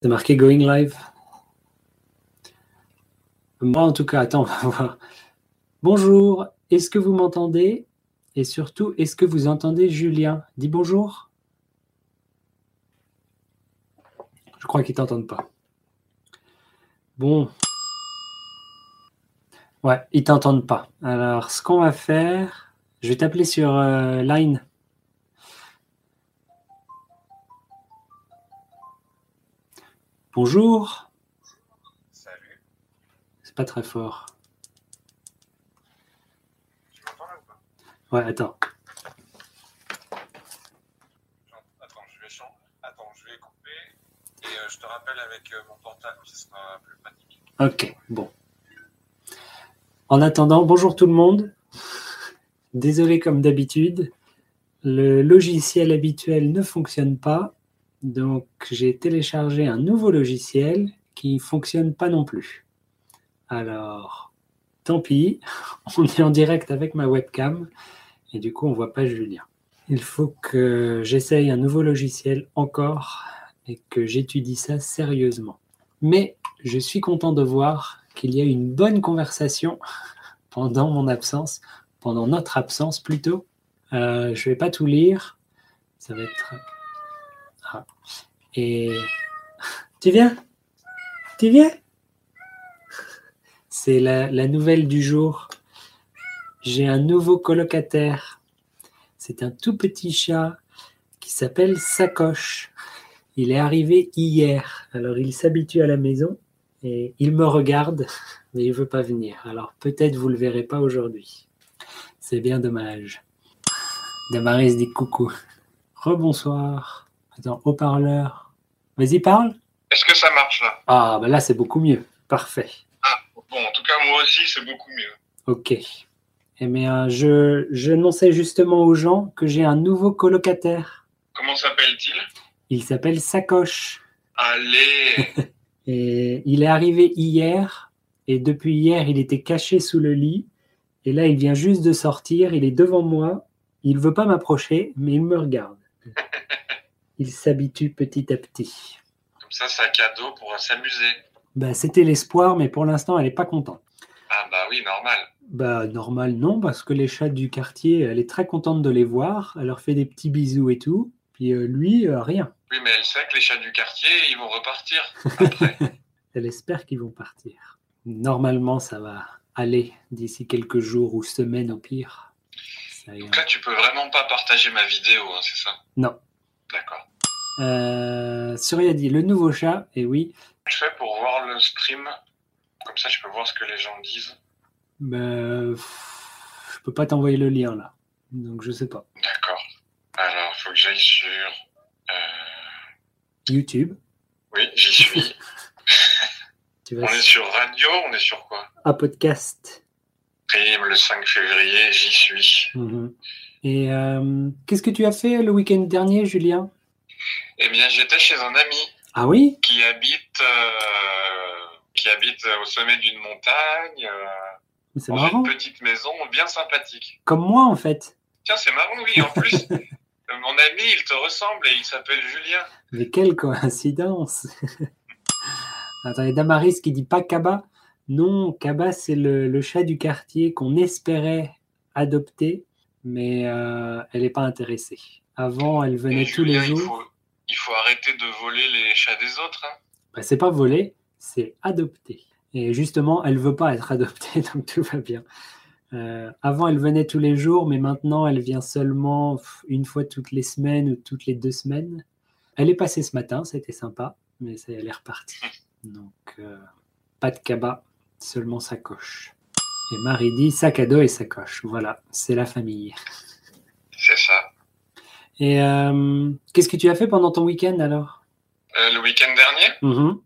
C'est marqué Going Live. Moi, en tout cas, attends, on va voir. Bonjour, est-ce que vous m'entendez Et surtout, est-ce que vous entendez Julien Dis bonjour. Je crois qu'ils ne t'entendent pas. Bon. Ouais, ils t'entendent pas. Alors, ce qu'on va faire, je vais t'appeler sur euh, Line. Bonjour. Salut, C'est pas très fort. tu m'entends là ou pas Ouais, attends. J'en- Attends, je vais chan- Attends, je vais couper et euh, je te rappelle avec euh, mon portable, ce sera plus pratique. Ok, bon. En attendant, bonjour tout le monde. Désolé comme d'habitude, le logiciel habituel ne fonctionne pas, donc j'ai téléchargé un nouveau logiciel qui ne fonctionne pas non plus. Alors, tant pis, on est en direct avec ma webcam et du coup on ne voit pas Julien. Il faut que j'essaye un nouveau logiciel encore et que j'étudie ça sérieusement. Mais je suis content de voir qu'il y a eu une bonne conversation pendant mon absence, pendant notre absence plutôt. Euh, je vais pas tout lire. Ça va être. Ah. Et. Tu viens Tu viens C'est la, la nouvelle du jour. J'ai un nouveau colocataire. C'est un tout petit chat qui s'appelle Sacoche. Il est arrivé hier. Alors il s'habitue à la maison et il me regarde, mais il veut pas venir. Alors peut-être vous le verrez pas aujourd'hui. C'est bien dommage. Damaris dit coucou. Rebonsoir. Attends, haut-parleur. Vas-y, parle. Est-ce que ça marche là Ah, bah là, c'est beaucoup mieux. Parfait. Bon, en tout cas, moi aussi, c'est beaucoup mieux. Ok. Eh bien, je, j'annonçais justement aux gens que j'ai un nouveau colocataire. Comment s'appelle-t-il Il s'appelle Sacoche. Allez Et il est arrivé hier, et depuis hier, il était caché sous le lit. Et là, il vient juste de sortir, il est devant moi. Il veut pas m'approcher, mais il me regarde. Il s'habitue petit à petit. Comme ça, c'est un cadeau pour euh, s'amuser. Bah, c'était l'espoir, mais pour l'instant, elle n'est pas contente. Ah bah oui, normal. Bah, normal, non, parce que les chats du quartier, elle est très contente de les voir. Elle leur fait des petits bisous et tout. Puis euh, lui, euh, rien. Oui, mais elle sait que les chats du quartier, ils vont repartir après. Elle espère qu'ils vont partir. Normalement, ça va aller d'ici quelques jours ou semaines au pire. Ça ira. Donc là, tu peux vraiment pas partager ma vidéo, hein, c'est ça Non. D'accord. Euh, Surya dit le nouveau chat, et oui, Je fais pour voir le stream, comme ça, je peux voir ce que les gens disent. ben, pff, je peux pas t'envoyer le lien là, donc je sais pas. D'accord. Alors, faut que j'aille sur. euh, YouTube, Oui, j'y suis. tu on vas est sur radio, on est sur quoi à podcast. Prime le 5 février, j'y suis. Mhm. Et euh, qu'est-ce que tu as fait le week-end dernier, Julien Eh bien, j'étais chez un ami Ah oui, qui habite, euh, qui habite au sommet d'une montagne, euh, Mais c'est dans marrant. une petite maison bien sympathique. Comme moi en fait. Tiens, c'est marrant, oui, en plus. euh, Mon ami, il te ressemble et il s'appelle Julien. Mais quelle coïncidence Attends, et Damaris qui dit pas Kaba. Non, Kaba, c'est le, le chat du quartier qu'on espérait adopter, mais euh, elle n'est pas intéressée. Avant, elle venait Et tous les Julien, il jours. faut, il faut arrêter de voler les chats des autres. hein. Bah, c'est pas volé, c'est adopté. Et justement, elle veut pas être adoptée, donc tout va bien. Euh, avant, elle venait tous les jours, mais maintenant, elle vient seulement pff, une fois toutes les semaines ou toutes les deux semaines. Elle est passée ce matin, c'était sympa, mais ça- elle est repartie. Donc, euh, pas de cabas, seulement sacoche. Et Marie dit sac à dos et sacoche. Voilà, c'est la famille. C'est ça. Et euh, qu'est-ce que tu as fait pendant ton week-end alors Euh, le week-end dernier Mhm.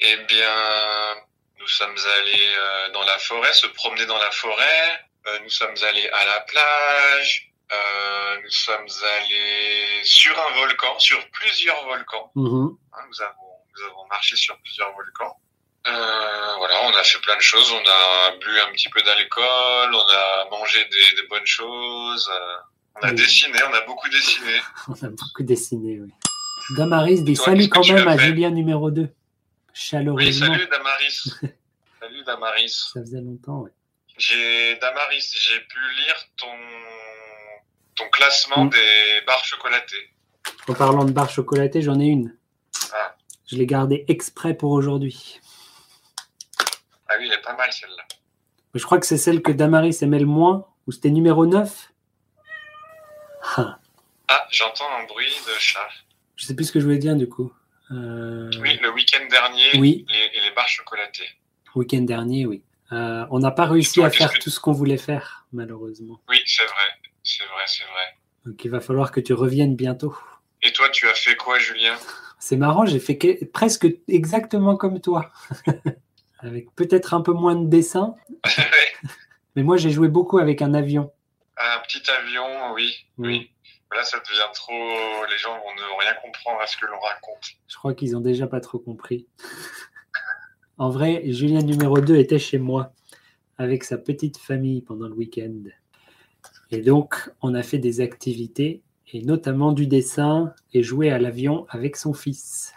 Eh bien, nous sommes allés euh, dans la forêt, se promener dans la forêt. Euh, nous sommes allés à la plage. Euh, nous sommes allés sur un volcan, sur plusieurs volcans. Mhm. hein. nous avons nous avons marché sur plusieurs volcans. Euh, voilà, on a fait plein de choses. On a bu un petit peu d'alcool. On a mangé des, des bonnes choses. euh, on a Oui. dessiné. On a beaucoup dessiné. On a beaucoup dessiné, oui. Damaris dit Toi, salut qu'est-ce que quand tu même as à fait Julien numéro 2. Oui, Chaleureusement, salut Damaris. salut Damaris. ça faisait longtemps. ouais. J'ai Damaris, j'ai pu lire ton ton classement Mm. des barres chocolatées. En parlant de barre chocolatée, j'en ai une. Ah. Je l'ai gardée exprès pour aujourd'hui. Ah oui, elle est pas mal celle-là. Je crois que c'est celle que Damaris aimait le moins, ou c'était numéro 9. Ah, Ah, j'entends un bruit de chat. je sais plus ce que je voulais dire du coup. Euh, Oui, le week-end dernier, Oui. les, et les barres chocolatées. Week-end dernier, oui. Euh, on n'a pas réussi toi, à faire qu'est-ce que- tout ce qu'on voulait faire, malheureusement. Oui, c'est vrai, c'est vrai, c'est vrai. Donc il va falloir que tu reviennes bientôt. Et toi, tu as fait quoi, Julien C'est marrant, j'ai fait que- presque exactement comme toi. avec peut-être un peu moins de dessin, mais moi j'ai joué beaucoup avec un avion. Un petit avion, oui, Mm. oui. Là, ça devient trop. Les gens vont ne rien comprendre à ce que l'on raconte. Je crois qu'ils ont déjà pas trop compris. en vrai, Julien numéro 2 était chez moi avec sa petite famille pendant le week-end. Et donc, on a fait des activités, et notamment du dessin, et joué à l'avion avec son fils.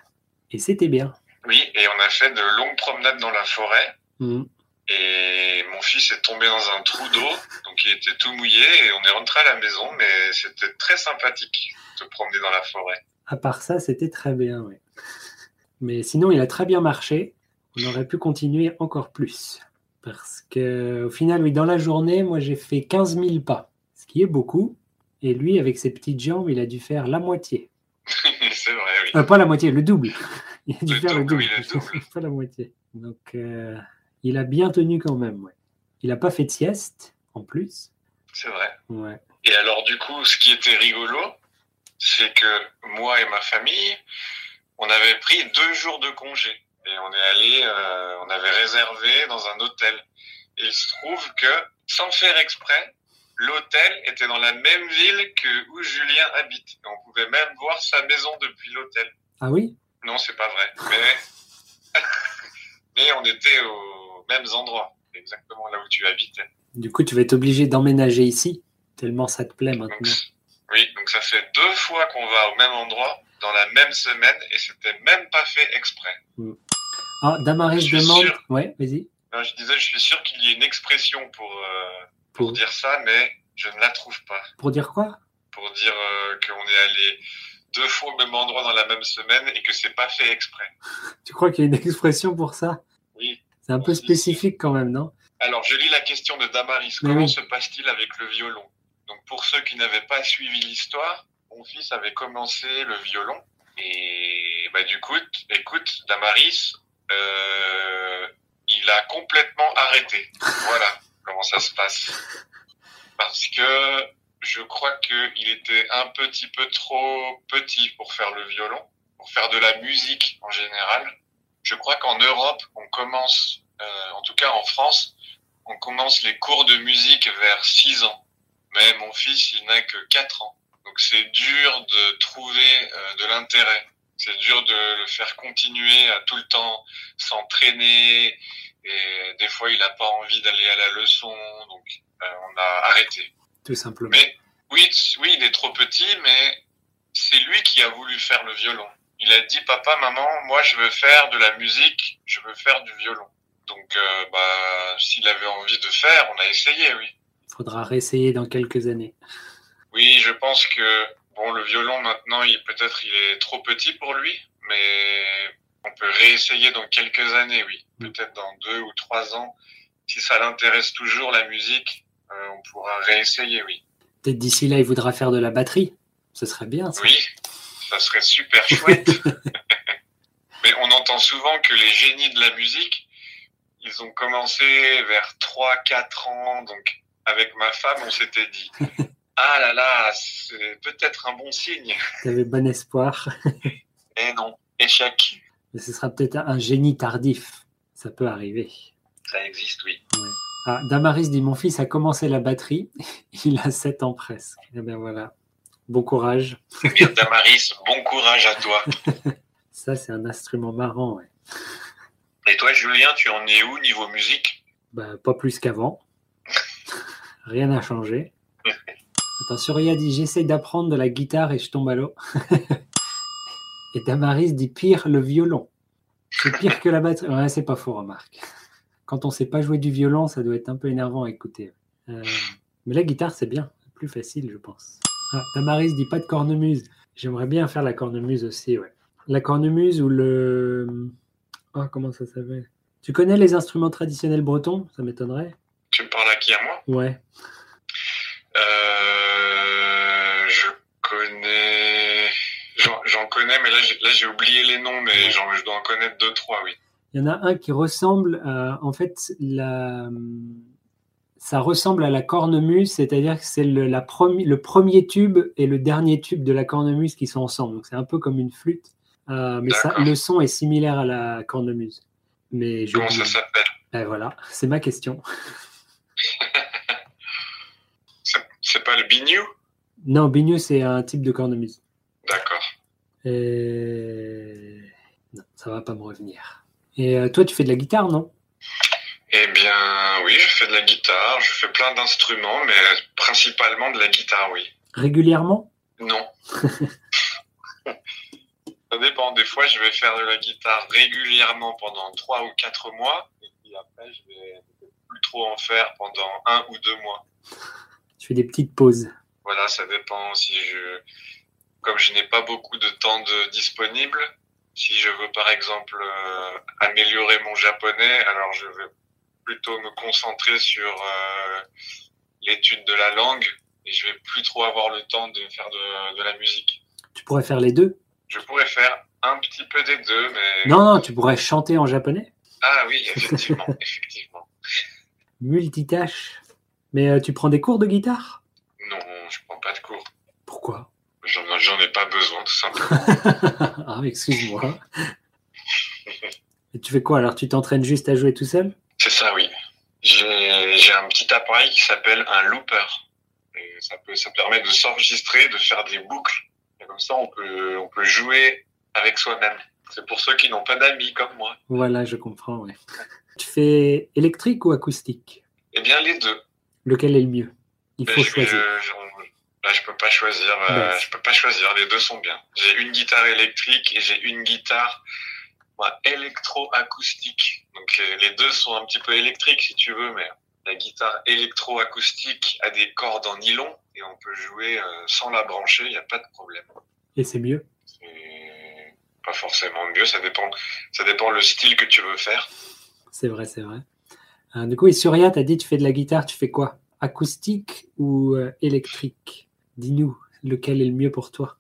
Et c'était bien. Oui, et on a fait de longues promenades dans la forêt. Mm. Et mon fils est tombé dans un trou d'eau, donc il était tout mouillé et on est rentré à la maison, mais c'était très sympathique de promener dans la forêt. À part ça, c'était très bien, ouais. Mais sinon, il a très bien marché. On aurait pu continuer encore plus. Parce que, au final, oui, dans la journée, moi, j'ai fait 15 000 pas, ce qui est beaucoup. Et lui, avec ses petites jambes, il a dû faire la moitié. c'est vrai, oui. Euh, pas la moitié, le double. Il a dû Le faire double, oui, le le double. double. pas la moitié. Donc, euh, il a bien tenu quand même. ouais. Il n'a pas fait de sieste, en plus. C'est vrai. Ouais. Et alors du coup, ce qui était rigolo, c'est que moi et ma famille, on avait pris deux jours de congé et on est allé, euh, on avait réservé dans un hôtel. Et il se trouve que, sans faire exprès, l'hôtel était dans la même ville que où Julien habite. Et on pouvait même voir sa maison depuis l'hôtel. Ah oui Non, c'est pas vrai. Mais, mais on était aux mêmes endroits, exactement là où tu habitais. Du coup, tu vas être obligé d'emménager ici, tellement ça te plaît Donc, maintenant. oui, donc ça fait deux fois qu'on va au même endroit dans la même semaine et c'était même pas fait exprès. Ah, Je Damaris suis demande. sûr. Ouais, vas-y. Non, je disais, je suis sûr qu'il y ait une expression pour, euh, pour Pour, dire ça, mais je ne la trouve pas. pour dire quoi Pour dire euh, qu'on est allé deux fois au même endroit dans la même semaine et que c'est pas fait exprès. Tu crois qu'il y a une expression pour ça Oui. C'est un peu Si, si. spécifique quand même, non Alors, je lis la question de Damaris. Mais Comment oui. se passe-t-il avec le violon Donc, pour ceux qui n'avaient pas suivi l'histoire, mon fils avait commencé le violon. Et bah, du coup, t- écoute, Damaris, euh, il a complètement arrêté. Voilà comment ça se passe. Parce que je crois qu'il était un petit peu trop petit pour faire le violon, pour faire de la musique en général. Je crois qu'en Europe, on commence, euh, en tout cas en France, on commence les cours de musique vers 6 ans. Mais mon fils, il n'a que 4 ans. Donc c'est dur de trouver euh, de l'intérêt. C'est dur de le faire continuer à tout le temps s'entraîner. Et euh, des fois, il n'a pas envie d'aller à la leçon. Donc euh, on a arrêté. Tout simplement. Mais oui, t- oui, il est trop petit, mais c'est lui qui a voulu faire le violon. Il a dit papa, maman, moi je veux faire de la musique, je veux faire du violon. Donc euh, bah s'il avait envie de faire, on a essayé, oui. Il faudra réessayer dans quelques années. Oui, je pense que bon le violon maintenant, il peut-être il est trop petit pour lui, mais on peut réessayer dans quelques années, oui. Mm. Peut-être dans deux ou trois ans, si ça l'intéresse toujours la musique, euh, on pourra réessayer, oui. Peut-être d'ici là, il voudra faire de la batterie. Ce serait bien, ça. Oui, ça serait super chouette. Mais on entend souvent que les génies de la musique, ils ont commencé vers 3-4 ans. Donc, avec ma femme, on s'était dit Ah là là, c'est peut-être un bon signe. T'avais bon espoir. Eh non, échec. Mais ce sera peut-être un génie tardif. Ça peut arriver. Ça existe, oui. Ah, Damaris dit Mon fils a commencé la batterie. Il a 7 ans presque. Eh bien voilà. Bon courage. Eh Bien, Damaris, bon courage à toi. Ça, c'est un instrument marrant. ouais. Et toi, Julien, tu en es où niveau musique Bah, pas plus qu'avant. Rien n'a changé. Attends, Surya dit J'essaie d'apprendre de la guitare et je tombe à l'eau. Et Damaris dit pire le violon. C'est pire que la batterie. Ouais, c'est pas faux, remarque. Quand on sait pas jouer du violon, ça doit être un peu énervant à écouter. Euh, mais la guitare, c'est bien. Plus facile, je pense. Ah, Damaris dit pas de cornemuse. J'aimerais bien faire la cornemuse aussi, ouais. La cornemuse ou le. Ah, comment ça s'appelle Tu connais les instruments traditionnels bretons Ça m'étonnerait. Tu me parles à qui À moi Ouais. Euh, je connais. J'en j'en connais, mais là, j'ai- là, j'ai oublié les noms, mais j'en- je dois en connaître deux, trois, oui. Il y en a un qui ressemble à. En fait, la... ça ressemble à la cornemuse, c'est-à-dire que c'est le, la premi- le premier tube et le dernier tube de la cornemuse qui sont ensemble. Donc c'est un peu comme une flûte, euh, mais ça, D'accord. le son est similaire à la cornemuse. Mais je Comment ça s'appelle Ben voilà, c'est ma question. C'est- C'est pas le biniou Non, bigneux, c'est un type de cornemuse. D'accord. Et... Non, ça va pas me revenir. Et euh, toi, tu fais de la guitare, non Eh bien, oui, je fais de la guitare, je fais plein d'instruments, mais principalement de la guitare, oui. Régulièrement Non. Ça dépend. Des fois, je vais faire de la guitare régulièrement pendant trois ou quatre mois, et puis après, je vais plus trop en faire pendant un ou deux mois. Tu fais des petites pauses. Voilà, ça dépend si je, comme je n'ai pas beaucoup de temps de disponible, si je veux par exemple euh, améliorer mon japonais, alors je vais plutôt me concentrer sur euh, l'étude de la langue et je vais plus trop avoir le temps de faire de, de la musique. Tu pourrais faire les deux Je pourrais faire un petit peu des deux, mais Non, non, tu pourrais chanter en japonais. ah oui, effectivement, effectivement. Multitâche. Mais euh, tu prends des cours de guitare Non, je prends pas de cours. Pourquoi J'en j'en ai pas besoin, tout simplement. Ah, excuse-moi. Et tu fais quoi alors Tu t'entraînes juste à jouer tout seul C'est ça, oui. J'ai j'ai un petit appareil qui s'appelle un looper. Et ça, peut, ça permet de s'enregistrer, de faire des boucles. Et comme ça, on peut, on peut jouer avec soi-même. C'est pour ceux qui n'ont pas d'amis comme moi. Voilà, je comprends, ouais. Tu fais électrique ou acoustique Eh bien, les deux. Lequel est le mieux Il Mais faut Ben, je- choisir. Bah. je- là, je peux pas choisir. euh, Nice. Je peux pas choisir. Les deux sont bien. J'ai une guitare électrique et j'ai une guitare moi, électro-acoustique. Donc euh, les deux sont un petit peu électriques si tu veux, mais la guitare électro-acoustique a des cordes en nylon et on peut jouer euh, sans la brancher. Il n'y a pas de problème. Et c'est mieux C'est pas forcément mieux. Ça dépend. Ça dépend le style que tu veux faire. C'est vrai, c'est vrai. Euh, du coup, et Surya, t'as dit tu fais de la guitare, tu fais quoi Acoustique ou euh, électrique Dis-nous, lequel est le mieux pour toi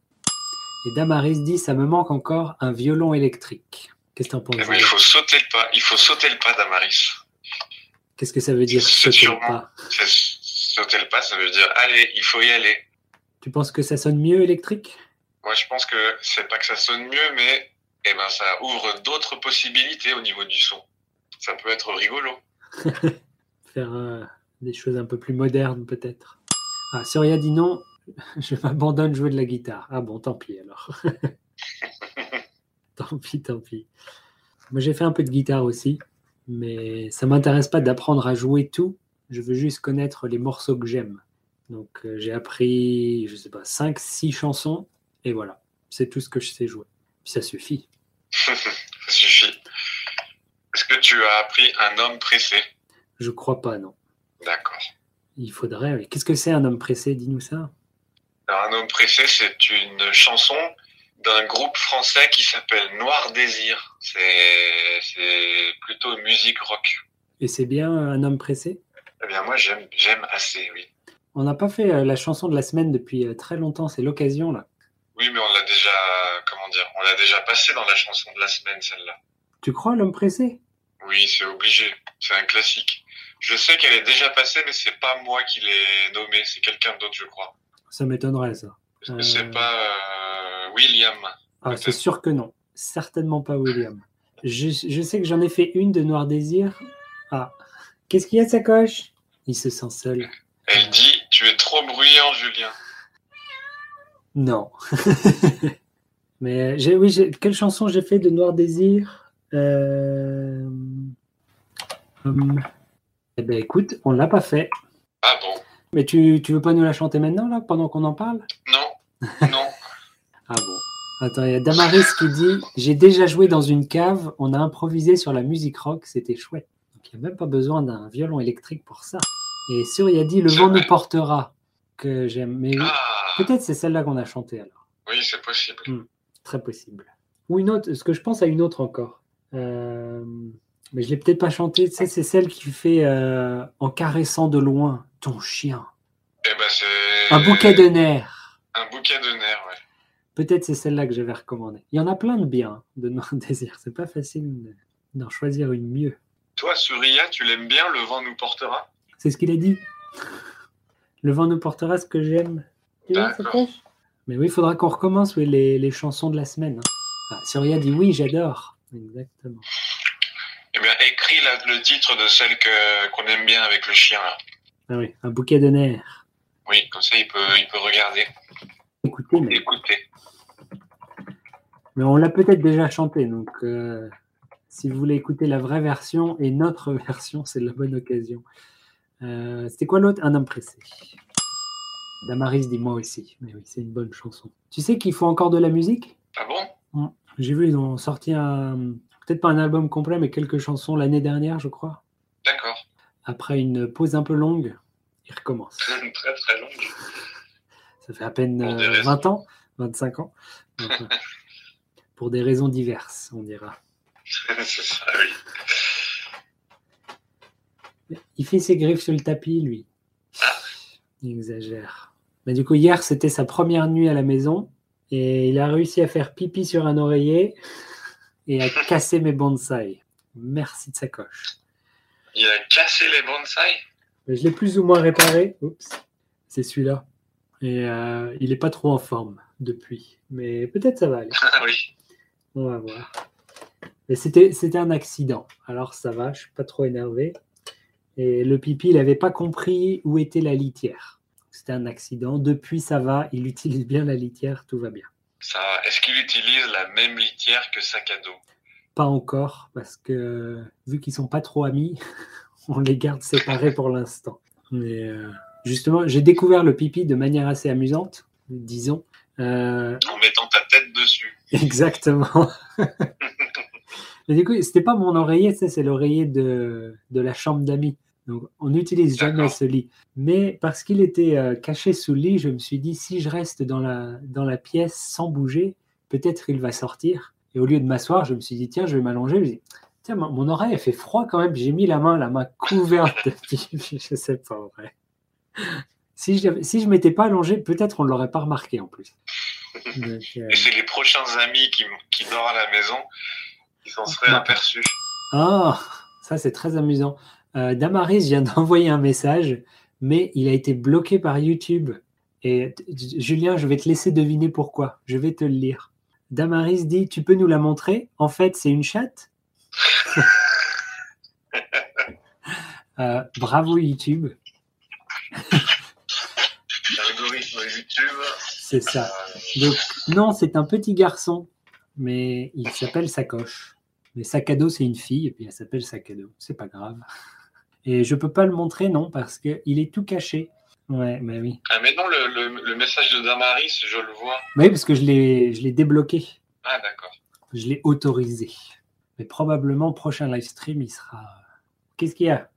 Et Damaris dit, ça me manque encore un violon électrique. Qu'est-ce que t'en penses Eh ben, Julia il faut sauter le pas. Il faut sauter le pas, Damaris. Qu'est-ce que ça veut dire C'est sauter le sûrement. pas C'est- Sauter le pas, ça veut dire allez, il faut y aller. Tu penses que ça sonne mieux électrique Moi, je pense que c'est pas que ça sonne mieux, mais eh ben, ça ouvre d'autres possibilités au niveau du son. Ça peut être rigolo. Faire euh, des choses un peu plus modernes peut-être Ah, Surya dit non, je m'abandonne jouer de la guitare. Ah bon, tant pis alors. tant pis, tant pis. Moi, j'ai fait un peu de guitare aussi, mais ça m'intéresse pas d'apprendre à jouer tout. Je veux juste connaître les morceaux que j'aime. Donc, euh, j'ai appris, je sais pas, 5, 6 chansons, et voilà. C'est tout ce que je sais jouer. Puis ça suffit. ça suffit. Est-ce que tu as appris un homme pressé Je crois pas, non. D'accord. Il faudrait. oui. Qu'est-ce que c'est un homme pressé Dis-nous ça. Alors, un homme pressé, c'est une chanson d'un groupe français qui s'appelle Noir Désir. C'est c'est plutôt musique rock. Et c'est bien euh, un homme pressé Eh bien, moi, j'aime j'aime assez, oui. On n'a pas fait euh, la chanson de la semaine depuis euh, très longtemps, c'est l'occasion là. Oui, mais on l'a déjà, comment dire, on l'a déjà passé dans la chanson de la semaine, celle-là. Tu crois l'homme pressé Oui, c'est obligé. C'est un classique. Je sais qu'elle est déjà passée, mais c'est pas moi qui l'ai nommée. C'est quelqu'un d'autre, je crois. Ça m'étonnerait ça. Est-ce que Euh. c'est pas euh, William Ah, Peut-être. c'est sûr que non. Certainement pas William. Je, je sais que j'en ai fait une de Noir Désir. Ah, qu'est-ce qu'il y a de sa coche Il se sent seul. Elle dit Tu es trop bruyant, Julien. Non. Mais euh, j'ai, oui, j'ai- quelle chanson j'ai fait de Noir Désir Euh, hum. Eh ben écoute, on l'a pas fait. Ah bon Mais tu, tu veux pas nous la chanter maintenant là, pendant qu'on en parle Non, non. Ah bon. Attends, il y a Damaris qui dit J'ai déjà joué dans une cave, on a improvisé sur la musique rock, c'était chouette. Donc il n'y a même pas besoin d'un violon électrique pour ça. Et sur, il y a dit Le C'est vent vrai. nous portera, que j'aime. Mais Ah, peut-être c'est celle-là qu'on a chantée alors. oui, c'est possible. Très possible. Ou une autre, ce que je pense à une autre encore. Euh, mais je l'ai peut-être pas chantée. Tu sais, c'est celle qui fait euh, en caressant de loin ton chien. Eh ben, c'est. Un bouquet de nerfs. Un bouquet de nerfs, ouais. Peut-être c'est celle-là que j'avais recommandée. Il y en a plein de bien hein, de nos désirs. C'est pas facile de- d'en choisir une mieux. Toi, Surya, tu l'aimes bien, le vent nous portera C'est ce qu'il a dit. Le vent nous portera ce que j'aime. Tu vois, c'est D'accord. ça Mais oui, il faudra qu'on recommence oui, les, les chansons de la semaine. hein. Ah, Surya dit oui, j'adore. Exactement. Eh bien, écris la- le titre de celle que qu'on aime bien avec le chien, là. Ah oui, un bouquet de nerfs. Oui, comme ça, il peut, il peut regarder, Écoutez, mais écouter. Mais on l'a peut-être déjà chanté, donc euh, si vous voulez écouter la vraie version et notre version, c'est la bonne occasion. Euh, C'était quoi l'autre Un homme pressé. Damaris dit moi aussi. Mais oui, c'est une bonne chanson. Tu sais qu'ils font encore de la musique Ah bon J'ai vu, ils ont sorti un. Peut-être pas un album complet, mais quelques chansons l'année dernière, je crois. D'accord. Après une pause un peu longue, ils recommencent. très, très longue. Ça fait à peine Pour des euh, raisons. 20 ans, 25 ans. Donc, voilà. Pour des raisons diverses, on dira. c'est ça, Ah oui. Il fait ses griffes sur le tapis, lui. Il exagère. Mais du coup, hier, c'était sa première nuit à la maison. Et il a réussi à faire pipi sur un oreiller et à casser mes bonsaïs. Merci de sa coche. Il a cassé les bonsaïs Mais Je l'ai plus ou moins réparé. Oups, c'est celui-là. Et euh, il n'est pas trop en forme depuis. Mais peut-être ça va aller. Ah oui. On va voir. Mais c'était c'était un accident. Alors ça va, je suis pas trop énervé. Et le pipi, il n'avait pas compris où était la litière. C'était un accident. Depuis, ça va. Il utilise bien la litière, tout va bien. Ça, est-ce qu'il utilise la même litière que sac à dos Pas encore, parce que vu qu'ils sont pas trop amis, on les garde séparés pour l'instant. Mais euh, justement, j'ai découvert le pipi de manière assez amusante, disons. Euh, En mettant ta tête dessus. Exactement. Mais du coup, c'était pas mon oreiller, ça, c'est l'oreiller de, de la chambre d'amis. Donc, on n'utilise jamais D'accord. ce lit. Mais parce qu'il était euh, caché sous le lit, je me suis dit, si je reste dans la, dans la pièce sans bouger, peut-être il va sortir. Et au lieu de m'asseoir, je me suis dit, tiens, je vais m'allonger. Je me dis, tiens, mon, mon oreille, elle fait froid quand même. J'ai mis la main, la main couverte de pipi. Je sais pas, en vrai. Si je si je m'étais pas allongé, peut-être on ne l'aurait pas remarqué en plus. Donc, euh, Et c'est les prochains amis qui, qui dorment à la maison qui s'en seraient Non. aperçus. Ah, ça c'est très amusant. Euh, Damaris vient d'envoyer un message, mais il a été bloqué par YouTube. Et t- t- Julien, je vais te laisser deviner pourquoi. Je vais te le lire. Damaris dit, tu peux nous la montrer En fait, c'est une chatte. Euh, bravo YouTube, L'algorithme YouTube. c'est ça. euh, Donc, non, c'est un petit garçon, mais il s'appelle Sacoche. Mais Sakado, c'est une fille, et puis elle s'appelle Sakado. C'est pas grave. Et je peux pas le montrer, non, parce qu'il est tout caché. Ouais, mais oui. Ah, mais non, le, le, le message de Damaris, je le vois. Bah Oui, parce que je l'ai je l'ai débloqué. Ah, d'accord. Je l'ai autorisé. Mais probablement, prochain live stream, il sera. Qu'est-ce qu'il y a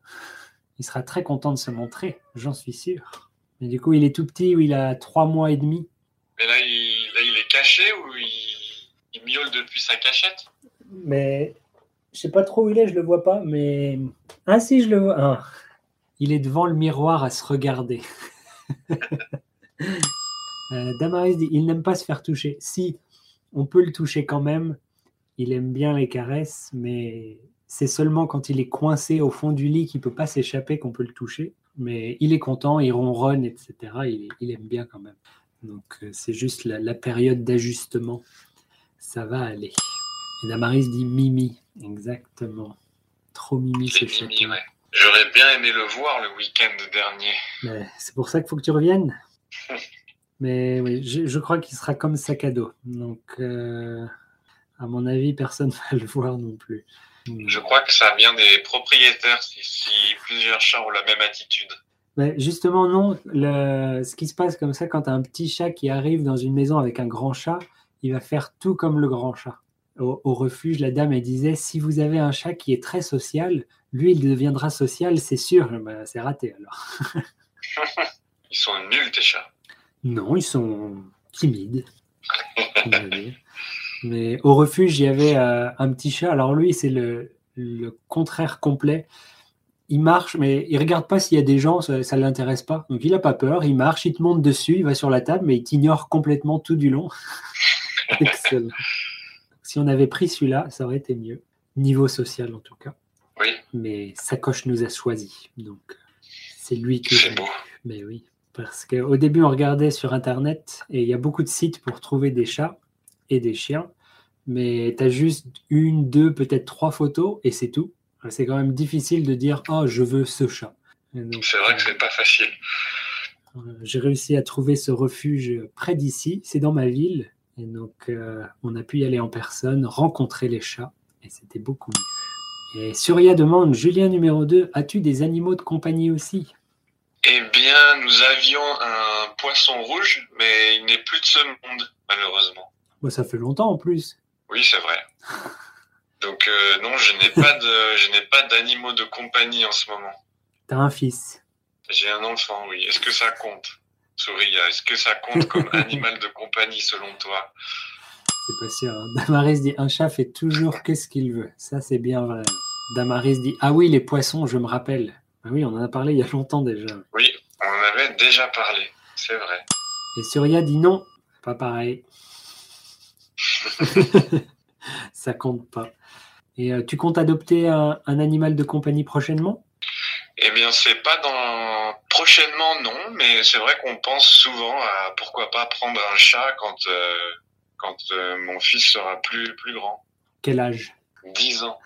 Il sera très content de se montrer, j'en suis sûr. Mais du coup, il est tout petit, il a trois mois et demi. Mais là, il, là, il est caché ou il, il miaule depuis sa cachette mais je sais pas trop où il est, je le vois pas, mais ah si je le vois. Ah. Il est devant le miroir à se regarder. Euh, Damaris dit il n'aime pas se faire toucher. Si on peut le toucher quand même, il aime bien les caresses, mais c'est seulement quand il est coincé au fond du lit qu'il peut pas s'échapper qu'on peut le toucher. Mais il est content, il ronronne, etc. Il, il aime bien quand même. Donc euh, c'est juste la- la période d'ajustement. Ça va aller. Et Damaris dit Mimi. Exactement. Trop Mimi Il ce est chat. mimi, ouais. J'aurais bien aimé le voir le week-end dernier. Mais C'est pour ça qu'il faut que tu reviennes. Mais oui, je, je crois qu'il sera comme sac à dos. Donc, euh, à mon avis, personne ne va le voir non plus. Je crois que ça vient des propriétaires si, si plusieurs chats ont la même attitude. Mais justement, non. Le- ce qui se passe comme ça, quand tu as un petit chat qui arrive dans une maison avec un grand chat, il va faire tout comme le grand chat. Au, au refuge, la dame, elle disait, si vous avez un chat qui est très social, lui, il deviendra social, c'est sûr. Bah, c'est raté alors. Ils sont nuls, tes chats. Non, ils sont timides. Mais au refuge, il y avait euh, un petit chat. Alors lui, c'est le, le, contraire complet. Il marche, mais il regarde pas s'il y a des gens, ça ne l'intéresse pas. Donc il n'a pas peur, il marche, il te monte dessus, il va sur la table, mais il t'ignore complètement tout du long. Excellent. Si on avait pris celui-là, ça aurait été mieux. Niveau social, en tout cas. Oui. Mais Sacoche nous a choisi. Donc c'est lui qui. C'est beau. Mais oui. Parce qu'au début, on regardait sur Internet et il y a beaucoup de sites pour trouver des chats et des chiens. Mais tu as juste une, deux, peut-être trois photos et c'est tout. C'est quand même difficile de dire Oh, je veux ce chat. C'est vrai que c'est pas facile. Euh, J'ai réussi à trouver ce refuge près d'ici. C'est dans ma ville. Et donc, euh, on a pu y aller en personne, rencontrer les chats. Et c'était beaucoup mieux. Et Surya demande Julien numéro 2, as-tu des animaux de compagnie aussi eh bien, nous avions un poisson rouge, mais il n'est plus de ce monde, malheureusement. Bah, ça fait longtemps en plus. Oui, c'est vrai. Donc euh, non, je n'ai pas de, je n'ai pas d'animaux de compagnie en ce moment. T'as un fils. J'ai un enfant, oui. Est-ce que ça compte, Souria Est-ce que ça compte comme animal de compagnie selon toi C'est pas sûr. Hein. Damaris dit un chat fait toujours que ce qu'il veut. Ça c'est bien vrai. Damaris dit ah oui les poissons, je me rappelle. Ah Oui, on en a parlé il y a longtemps déjà. Oui, on en avait déjà parlé, c'est vrai. Et Surya dit non, pas pareil. Ça compte pas. Et euh, tu comptes adopter un, un, animal de compagnie prochainement Eh bien, c'est pas dans prochainement non, mais c'est vrai qu'on pense souvent à pourquoi pas prendre un chat quand euh, quand euh, mon fils sera plus plus grand. Quel âge 10 ans.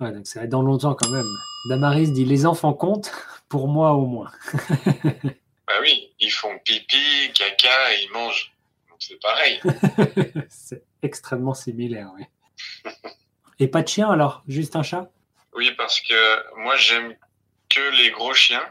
Ouais, donc ça va dans longtemps quand même. Damaris dit les enfants comptent, pour moi au moins. bah oui, ils font pipi, caca et ils mangent. Donc c'est pareil. c'est extrêmement similaire, oui. et pas de chien alors, juste un chat Oui, parce que moi j'aime que les gros chiens.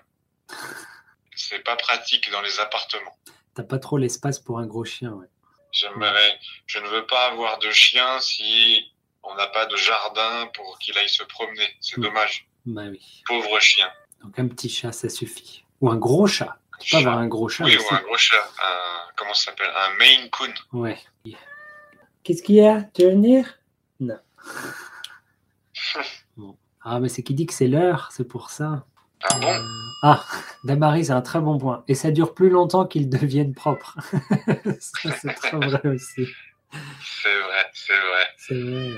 C'est pas pratique dans les appartements. T'as pas trop l'espace pour un gros chien, ouais. J'aimerais, je ne veux pas avoir de chien si on n'a pas de jardin pour qu'il aille se promener. C'est mmh. dommage. Bah oui. Pauvre chien. Donc un petit chat, ça suffit. Ou un gros chat. Tu peux avoir un gros chat. Oui, aussi. ou un gros chat. Un, comment ça s'appelle Un Maine Coon. Ouais. Qu'est-ce qu'il y a Tu veux venir Non. bon. Ah, mais c'est qui dit que c'est l'heure, c'est pour ça. Ah bon euh... Ah, Damari, c'est un très bon point. Et ça dure plus longtemps qu'ils deviennent propres. c'est très vrai aussi. C'est vrai, c'est vrai. C'est vrai.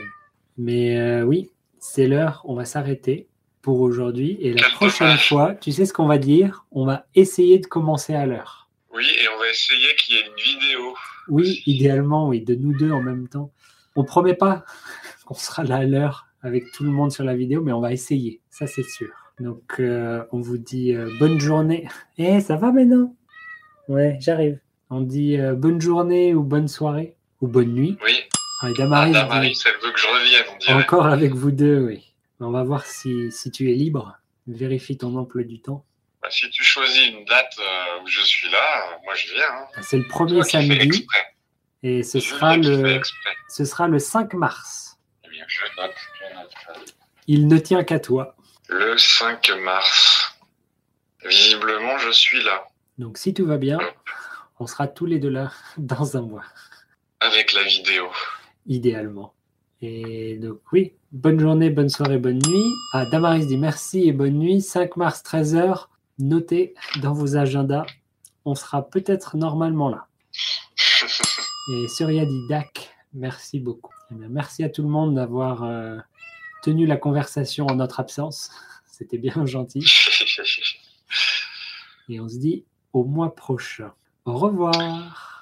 Mais euh, oui, c'est l'heure, on va s'arrêter pour aujourd'hui. Et la Quel prochaine dommage. fois, tu sais ce qu'on va dire On va essayer de commencer à l'heure. Oui, et on va essayer qu'il y ait une vidéo. Oui, aussi. idéalement, oui, de nous deux en même temps. On promet pas qu'on sera là à l'heure avec tout le monde sur la vidéo, mais on va essayer, ça c'est sûr. Donc euh, on vous dit euh, bonne journée. Eh, hey, ça va maintenant Ouais, j'arrive. On dit euh, bonne journée ou bonne soirée ou bonne nuit. Oui. Ah, et Damaris, ah, Damaris elle veut que je revienne. On dirait. Encore avec vous deux, oui. On va voir si, si tu es libre. Vérifie ton emploi du temps. Bah, si tu choisis une date euh, où je suis là, moi je viens. Hein. Bah, C'est le premier samedi. Et ce sera le, ce sera le 5 mars. Eh bien, je note, je note. Il ne tient qu'à toi. Le 5 mars. Visiblement, je suis là. Donc, si tout va bien, on sera tous les deux là dans un mois avec la vidéo. Idéalement. Et donc oui, bonne journée, bonne soirée, bonne nuit. Ah, Damaris dit merci et bonne nuit. 5 mars 13h, notez dans vos agendas. On sera peut-être normalement là. et Surya dit Dak, merci beaucoup. Eh bien, merci à tout le monde d'avoir euh, tenu la conversation en notre absence. C'était bien gentil. et on se dit au mois prochain. Au revoir.